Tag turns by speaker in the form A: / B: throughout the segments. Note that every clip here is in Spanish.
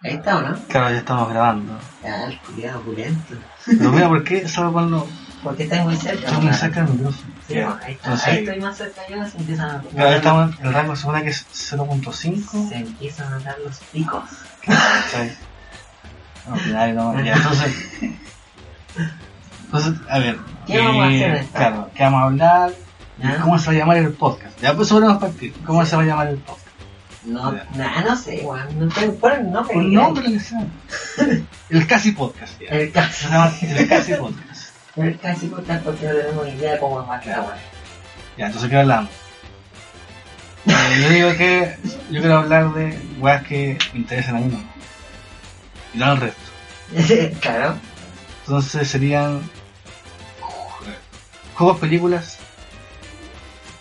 A: Ahí está, ¿o ¿no?
B: Claro, ya estamos grabando.
A: Ya, el culiado opulento.
B: No mira por qué, solo por no.
A: Porque estás muy cerca.
B: Estamos
A: ¿no?
B: muy cerca del micrófono.
A: Sí, no, ahí, está,
B: No
A: ahí
B: sé.
A: estoy más cerca yo, se empiezan a
B: Ahora
A: notar,
B: estamos en el rango, se supone que es 0.5.
A: se empiezan a notar los picos.
B: ¿cachai? No, claro, no, ya, entonces. Entonces, a ver. eh,
A: ¿Qué vamos a hacer? ¿Ah?
B: Claro, ¿qué vamos a hablar?
A: ¿Ya?
B: ¿Cómo se va a llamar el podcast? Ya, pues sobre los partir. ¿Cómo se va a llamar el podcast?
A: No,
B: Ya.
A: nah, no sé, weón. No te ponen nombre.
B: Un
A: ni idea.
B: nombre que sea. El casi podcast. ya.
A: El
B: Se
A: caso.
B: llama el casi podcast.
A: El casi cortar porque no tenemos idea de cómo es más la weón.
B: Ya, entonces, ¿qué hablamos? Eh, yo digo que yo quiero hablar de weas que me interesan a mí nomás. y no al resto.
A: claro.
B: Entonces serían joder, juegos, películas,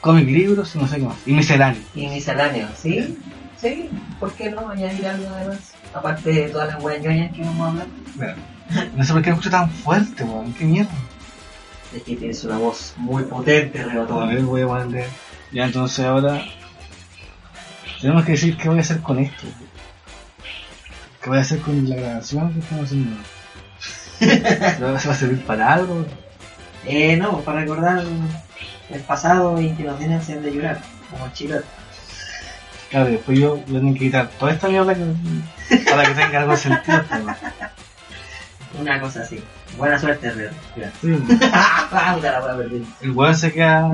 B: cómics, libros y no sé qué más. Y misceláneos.
A: Y misceláneo, ¿sí? Sí. ¿Por qué no añadir algo además? Aparte de todas las weas ñoñas que vamos a hablar.
B: Mira, No sé por qué lo escucho tan fuerte, weón. Qué mierda.
A: Es que tienes una voz muy potente,
B: A
A: relatón.
B: ver, voy a ponerle. Ya, entonces ahora tenemos que decir qué voy a hacer con esto. ¿Qué voy a hacer con la grabación que estamos haciendo? ¿Se va a servir para algo?
A: Eh, no, para recordar el pasado y que nos den ansiedad de llorar, como chicas.
B: Claro, después yo voy a tener que quitar toda esta mierda que- para que tenga algo de sentido. este weón.
A: Una cosa así. Buena suerte, Red. Gracias.
B: Sí, weón.
A: Ah, Puta la wea perdí.
B: El weón se queda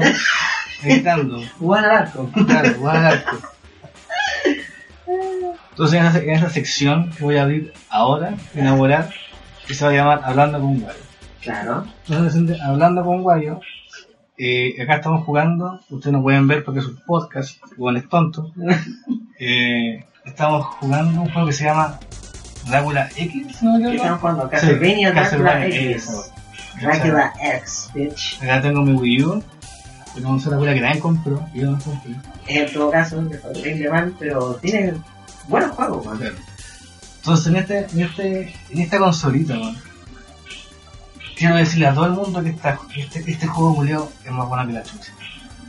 B: gritando.
A: Jugar al arco.
B: Claro, weón al arco. Entonces en esa, en esa sección que voy a abrir ahora, inaugurar, que se va a llamar Hablando con un Guayo.
A: Claro.
B: Entonces gente, Hablando con un Guayo, eh, acá estamos jugando, ustedes no pueden ver porque es un podcast, igual es tonto. Eh, estamos jugando un juego que se llama Drácula X, si no me
A: ¿Qué
B: equivoco.
A: estamos jugando? Castlevania Dracula X.
B: eso.
A: Dracula X, bitch.
B: Acá tengo mi Wii U. Tengo una sola que nadie compró. y Yo no compré.
A: En todo caso, me fue horrible mal, pero tiene buenos juegos, man.
B: Entonces en este, en este, en esta consolita, weón, Quiero decirle a todo el mundo que esta- este, este juego Julio es más bueno que la chucha.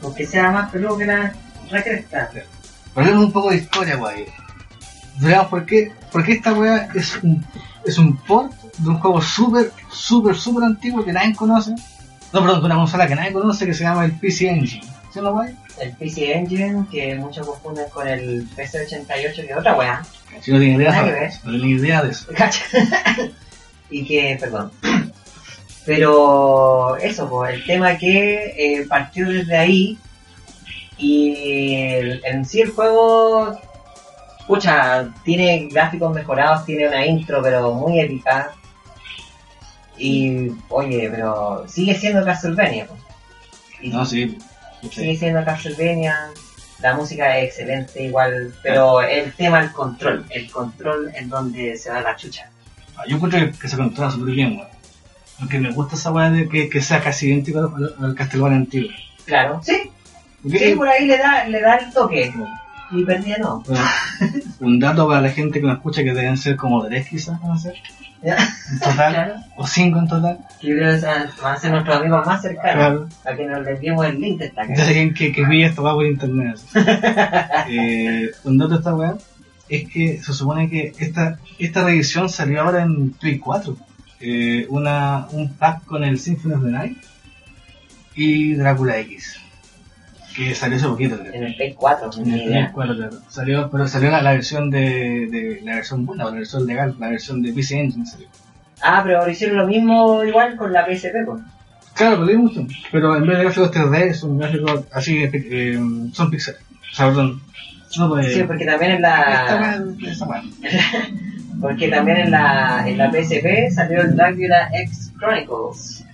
A: Porque sea más peludo que la recresta.
B: Pero hablemos un poco de historia, wey. Veamos por qué, por qué esta weá es un, es un port de un juego súper, súper, súper antiguo que nadie conoce. No, perdón, de una consola que nadie conoce que se llama el PC Engine. ¿Sí o no, wey?
A: El PC Engine, que muchos confunden con el PC88, que es otra wea.
B: Si no tiene idea,
A: Nada que
B: de
A: ver.
B: eso, no tiene idea de eso.
A: Cacha. y que, perdón. Pero eso, pues, el tema que eh, partió desde ahí y el- en sí el juego, pucha, tiene gráficos mejorados, tiene una intro pero muy épica. Y oye, pero sigue siendo Castlevania. pues. Y
B: No, sí. sí.
A: Sigue siendo Castlevania, la música es excelente igual, pero el tema, el control, el control es donde se va la chucha.
B: Ah, Yo encuentro que, que se controla súper bien, weón. Aunque me gusta esa weá de que, que sea casi idéntico al, al, al Castlevania antiguo.
A: Claro, sí,
B: Porque-
A: sí, por ahí le da, le da el toque.
B: Bueno,
A: Y perdida no.
B: un dato para la gente que nos escucha que deben ser como tres quizás, van a ser.
A: Ya.
B: En total.
A: Claro.
B: O cinco en total.
A: Yo creo que se van van a ser nuestros amigos más cercanos.
B: Claro.
A: Para que nos les enviemos el link de esta
B: Ya sé
A: cara.
B: quién que, que vi esto va por internet. así. eh, un dato de esta weá es que se supone que esta, esta reedición salió ahora en Play 4. Eh, una, un pack con el Symphony of the Night y Drácula X. Que salió hace poquito, creo.
A: En el Play 4,
B: En
A: ni
B: el Play
A: idea.
B: 4, claro. Salió, pero salió la, la versión de, de- la versión buena, o la versión legal, la versión de PC Engine salió.
A: Ah, pero hicieron lo mismo igual con la PSP, pues.
B: Claro, pero hay mucho. Pero en vez de gráficos 3D son gráficos así, eh, son píxeles. O sea, perdón. No, eh,
A: Sí, porque también en
B: esta
A: la.
B: weá- esa weá.
A: Porque también en la, en la PSP salió el Dracula X Chronicles.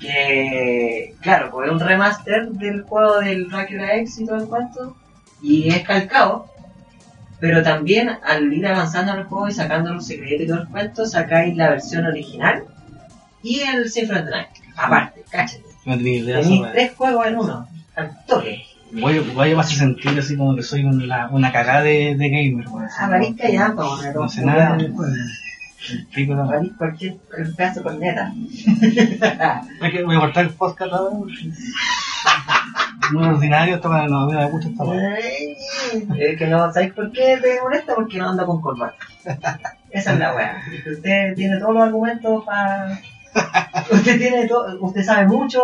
A: Que, claro, pues es un remaster del juego del Dracula X y todo el cuento. Y es calcado. Pero también al ir avanzando en el juego y sacando los secretos y todo el cuento, sacáis la versión original y el Symphony of the Night. Aparte, cáchate.
B: No tenía idea esa
A: Tenéis
B: weá.
A: tres juegos en uno, al toque.
B: Guayo, guayo vas a sentir así como que soy una, una cagada de, de gamer, weón.
A: Ah, marica ya, po, weón.
B: No sé nada.
A: Weón, weón.
B: Pico la
A: Valís cualquier pedazo con neta.
B: Es que voy a cortar el podcast ahora. Muy ordinario, esto para no me gusta esta weá.
A: Es que no, ¿sabéis por qué te molesta? Porque no anda con corbata. Esa es la weá. Usted tiene todos los argumentos para. Usted tiene todo, usted sabe mucho,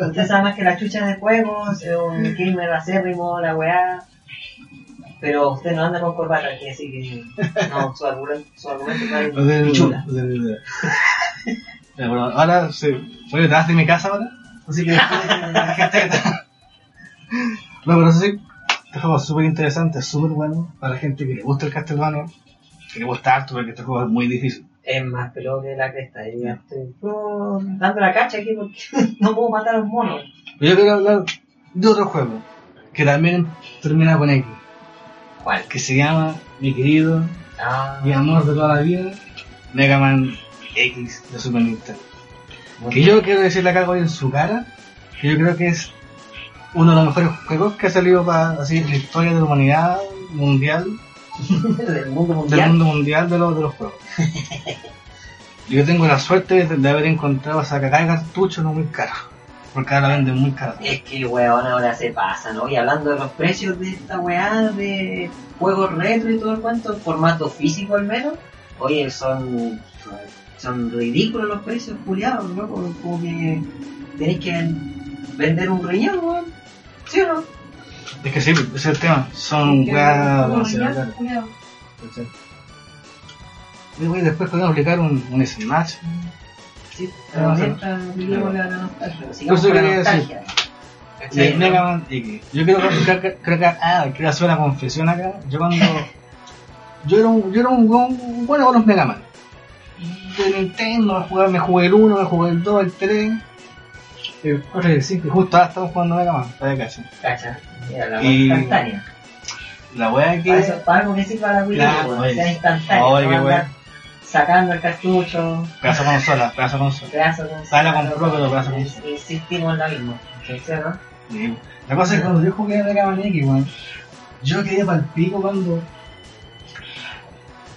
A: usted sabe más que la chucha de juegos, es un gamer acérrimo, la weá. Pero usted no anda con corbata, quiere decir que no, su argumento, su argumento
B: No
A: es
B: tengo-
A: pichula.
B: no tengo idea. Ya, pero ahora se fue detrás de mi casa ahora. Así que la gente que está- No, pero eso sí, este juego es súper interesante, súper bueno para la gente que le gusta el Castlevania, que le gusta harto porque este juego es muy difícil.
A: Es más peludo que la cresta. Y ya estoy oh, dando la cacha aquí porque no puedo matar a un mono.
B: Pero yo quiero hablar de otro juego que también termina con X,
A: ¿Cuál?
B: que se llama Mi querido,
A: Ah,
B: mi amor de toda la vida, Mega Man X de Super Nintendo. Que yo quiero decirle acá hoy en su cara, que yo creo que es uno de los mejores juegos que ha salido para así la historia de la humanidad mundial,
A: del mundo
B: del
A: mundial.
B: mundo mundial de los, de los juegos. yo tengo la suerte de, de haber encontrado esa cagada de cartucho no muy caro, porque ahora la venden muy caro.
A: Es que weón ahora se pasa, ¿no? Y hablando de los precios de esta weá de juegos retro y todo el cuento, en formato físico al menos, oye, son, son ridículos los precios, culiados, ¿no? Como, como que tenéis que vender un riñón, weón. ¿Sí o no?
B: Es que sí, ese es el tema, son weas demasiado caras. Y güey, después podemos aplicar un, un Smash.
A: Sí,
B: Ah,
A: pero
B: sí.
A: mientras vivimos la nostalgia. Sigamos
B: Eso
A: con la
B: quería
A: nostalgia.
B: Y el
A: ¿Cachai?
B: Mega Man X. Yo creo que, creo que- creo que- ah, quiero hacer una confesión acá. Yo cuando. Yo era un, yo era un, weón bueno con los Mega Man. De Nintendo, me jugué, me jugué el 1, me jugué el 2, el 3, el 4 y el 5. Justo ahora estamos jugando Mega Man, para que cachen.
A: Cacha. Mira, la
B: Y-
A: instantánea.
B: La wea
A: Para
B: que.
A: eso, para algo que sirva la Wii U,
B: Claro,
A: weón,
B: oye.
A: sea instantánea.
B: Oye,
A: no
B: qué
A: andar
B: bueno.
A: Sacando el cartucho,
B: Pedazo de consola, pedazo de consola.
A: pedazo con
B: Sala con pro, pero pedazo con-
A: Ins- Insistimos en la misma. ¿sí o no?
B: Sí. La cosa es que cuando yo jugué a Mega Man X, weón, yo quedé pa'l pico cuando.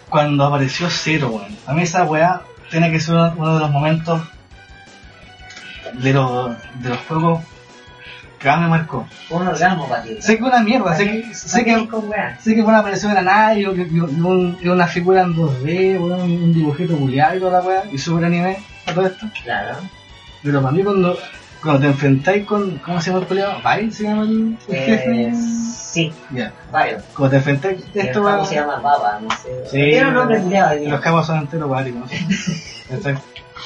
B: Cuando apareció Zero, weón. A mí esa weá tiene que ser uno de los momentos de los, de los juegos que más me marcó.
A: Fue un orgasmo para ti.
B: Sé que es una mierda, sé pues, que, sé que,
A: con weá.
B: sé que fue una aparición de la nada y, y- y un- y una figura en 2D, weón, un dibujito culiado y toda la weá, y super anime, a todo esto.
A: Claro.
B: Pero para mí cuando, cuando te enfrentáis con, ¿cómo se llama el culiado? ¿Vile se llama el el jefe?
A: Eh, sí,
B: Ya.
A: varios.
B: Como te enfrenté, esto
A: Esto
B: va.
A: se llama Baba, no sé.
B: Sí.
A: Tiene un nombre culiado,
B: Los
A: digo.
B: cabos son enteros pues, guáticos, no sé. Este-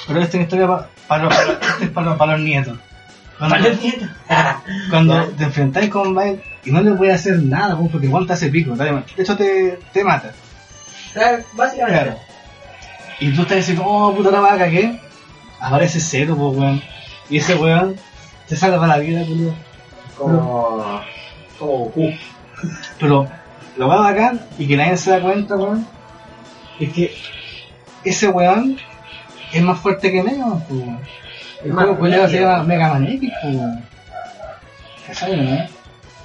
B: Pero esta es una historia pa- para, los- este es para, los- para los nietos. Cuando,
A: Para los nietos.
B: cuando te enfrentáis con Mike y no le voy a hacer nada, pues, porque igual te hace pico, dale, man. de hecho te, te mata.
A: Claro, Básicamente.
B: Claro. Y tú estás diciendo, oh puta la vaca, ¿qué? Aparece cero, pues weón. Y ese weón te salva la vida, culo.
A: Como. Como Goku.
B: Pero lo más bacán y que nadie se da cuenta, weón, es que ese weón es más fuerte que Mega Man, pues, weón. El
A: Más
B: juego culiado se
A: rápido.
B: llama Mega Man X, pues, weón. ¿Cachai, no?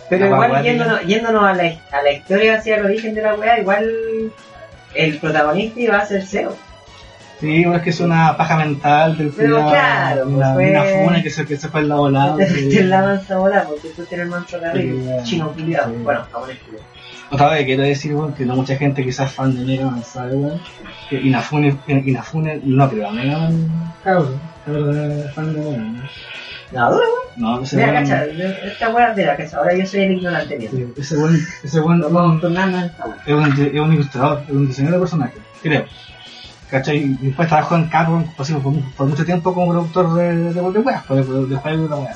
A: Pero
B: La
A: igual,
B: vanguardia.
A: yéndonos, yéndonos a, la, a la historia hacia el origen de la weá, igual el protagonista iba a ser Seo.
B: Sí, weón, es que es una paja mental del
A: Pero
B: culiao,
A: claro, pues,
B: una,
A: fue-
B: una funa que se, que se fue al lado volado.
A: Te
B: que-
A: lavan esa bola porque tú tienes el manso carril
B: Ah, Sí,
A: chino culiado.
B: sí.
A: Bueno, japonés culiado.
B: Otra vez quiero decir, weón, que no mucha gente que sea fan de Mega Man sabe, weón, que Inafune, eh, Inafune no creo a Mega Man, cabrón, cabrón, fan de Mega Man.
A: No, duro, weón.
B: No, ese
A: Mira,
B: weón-
A: cacha, esta weá, mira, cacha, ahora yo soy el ignorante bien.
B: Sí, Ese buen, ese buen,
A: Nos vamos turnando en esta weá.
B: es, un, es un ilustrador, es un diseñador de personajes, creo. ¿Cachai? Y después trabajó en Capcom pues, por, mu- por mucho tiempo como productor de, de, de weas, pues, de, de juegos y la wea.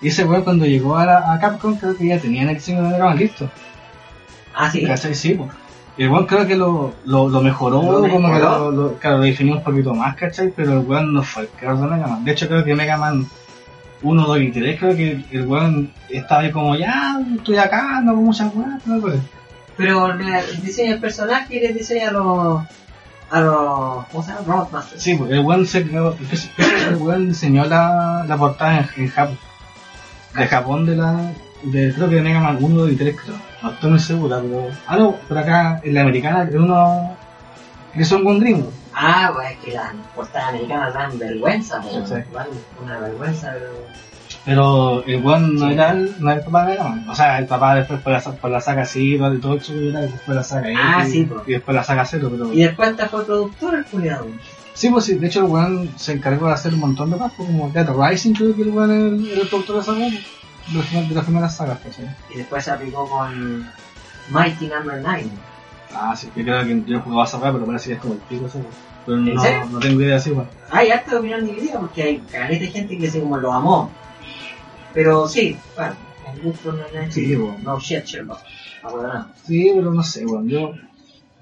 B: Y ese weón cuando llegó a, la- a Capcom creo que ya tenían el diseño de Mega Man listo.
A: Ah, sí.
B: ¿Cachai? Sí, pues. Y el weón creo que lo, lo, lo mejoró,
A: Lo
B: como que
A: mejoró.
B: lo, lo- claro, lo definió un poquito más, ¿cachai? Pero el weón no fue el creador de Mega Man. De hecho creo que Mega Man 1, 2 y 3 creo que el weón estaba ahí como, ya, estoy acá, no hago muchas weas, no sé.
A: Pero le- diseña el personaje y le diseña a los. a los. ¿Cómo se llama? Robot Masters.
B: Sí, pues, el weón se creó- el weón diseñó la, la portada en, en Japón. De Japón de la. De, creo que de Mega Man 1 y 3 creo. No estoy muy segura, pero. Algo por acá, en la americana que uno. que son un gringo.
A: Ah, pues es que las portadas americanas dan vergüenza, po,
B: Sí, sí.
A: dan una vergüenza, pero.
B: Pero el weón no era el, no era el papá de Mega Man. O sea, el papá después por la, sa- por la saga sí, todo el todo el chico y era, y después la saga X,
A: Ah, sí, pues.
B: y después la saga cero, pero.
A: Y después esta fue productor el culiado.
B: Sí, pues sí, de hecho el weón se encargó de hacer un montón de más, como Dead Rising, creo que el weón era el, era el productor de esa weón, de las primeras- de las primeras sagas, ¿cachai?
A: Y después se aplicó con Mighty Number 9.
B: Ah, sí, yo creo que yo jugaba esa weá, pero parece que es como el pico ese weón. Pero
A: ¿En serio?
B: no, no tengo idea así, weón.
A: Hay harta de opinión dividida porque hay caleta de gente que se como lo amó. Pero sí, bueno, el gusto no es
B: Sí, bueno.
A: No shit, Sherlock. Abandonado.
B: Sí, pero no sé, weón. Yo,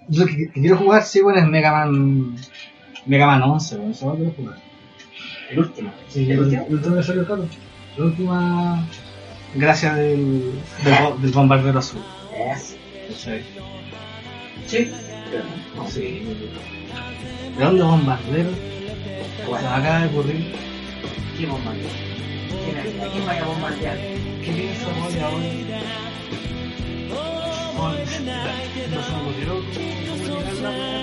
B: yo lo que, que quiero jugar, sí, weón, es Mega Man. Mega Man 11, weón. Esa weá quiero jugar.
A: El último.
B: Sí,
A: ¿El
B: el,
A: último?
B: el último de Sergio Carlos. La última. Gracias del, del, bo- del bombardero azul.
A: Es.
B: ¿cachai?
A: Sí. Pero no.
B: Sí. ¿De dónde bombardero? Pues
A: Bueno,
B: acaba de ocurrir.
A: ¿quién bombardeó? ¿Quién era? ¿Quién vaya a bombardear?
B: ¿Qué piensa hoy ahora? Hoy, no se me ocurrió cómo tirarla.